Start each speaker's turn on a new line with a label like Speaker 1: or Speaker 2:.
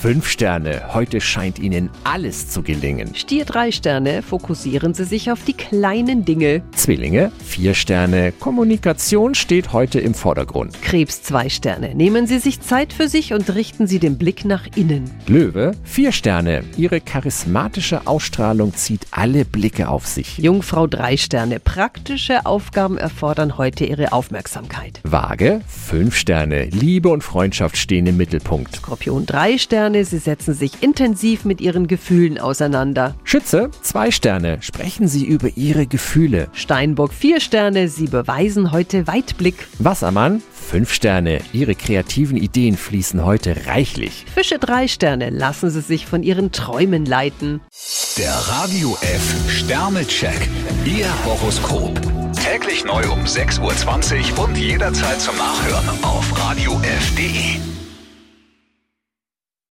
Speaker 1: fünf Sterne. Heute scheint Ihnen alles zu gelingen.
Speaker 2: Stier drei Sterne, fokussieren Sie sich auf die kleinen Dinge.
Speaker 1: Zwillinge, vier Sterne. Kommunikation steht heute im Vordergrund.
Speaker 2: Krebs zwei Sterne, nehmen Sie sich Zeit für sich und richten Sie den Blick nach innen.
Speaker 1: Löwe, vier Sterne. Ihre charismatische Ausstrahlung zieht alle Blicke auf sich.
Speaker 2: Jungfrau drei Sterne, praktische Aufgaben erfordern heute Ihre Aufmerksamkeit.
Speaker 1: Waage, fünf Sterne. Liebe und Freundschaft stehen im Mittelpunkt.
Speaker 2: Skorpion drei Sterne, Sie setzen sich intensiv mit Ihren Gefühlen auseinander.
Speaker 1: Schütze, zwei Sterne. Sprechen Sie über Ihre Gefühle.
Speaker 2: Steinbock vier Sterne, Sie beweisen heute Weitblick.
Speaker 1: Wassermann, fünf Sterne. Ihre kreativen Ideen fließen heute reichlich.
Speaker 2: Fische drei Sterne, lassen Sie sich von Ihren Träumen leiten.
Speaker 3: Der Radio F Sternecheck. Ihr Horoskop. Täglich neu um 6.20 Uhr und jederzeit zum Nachhören auf Radio radiof.de.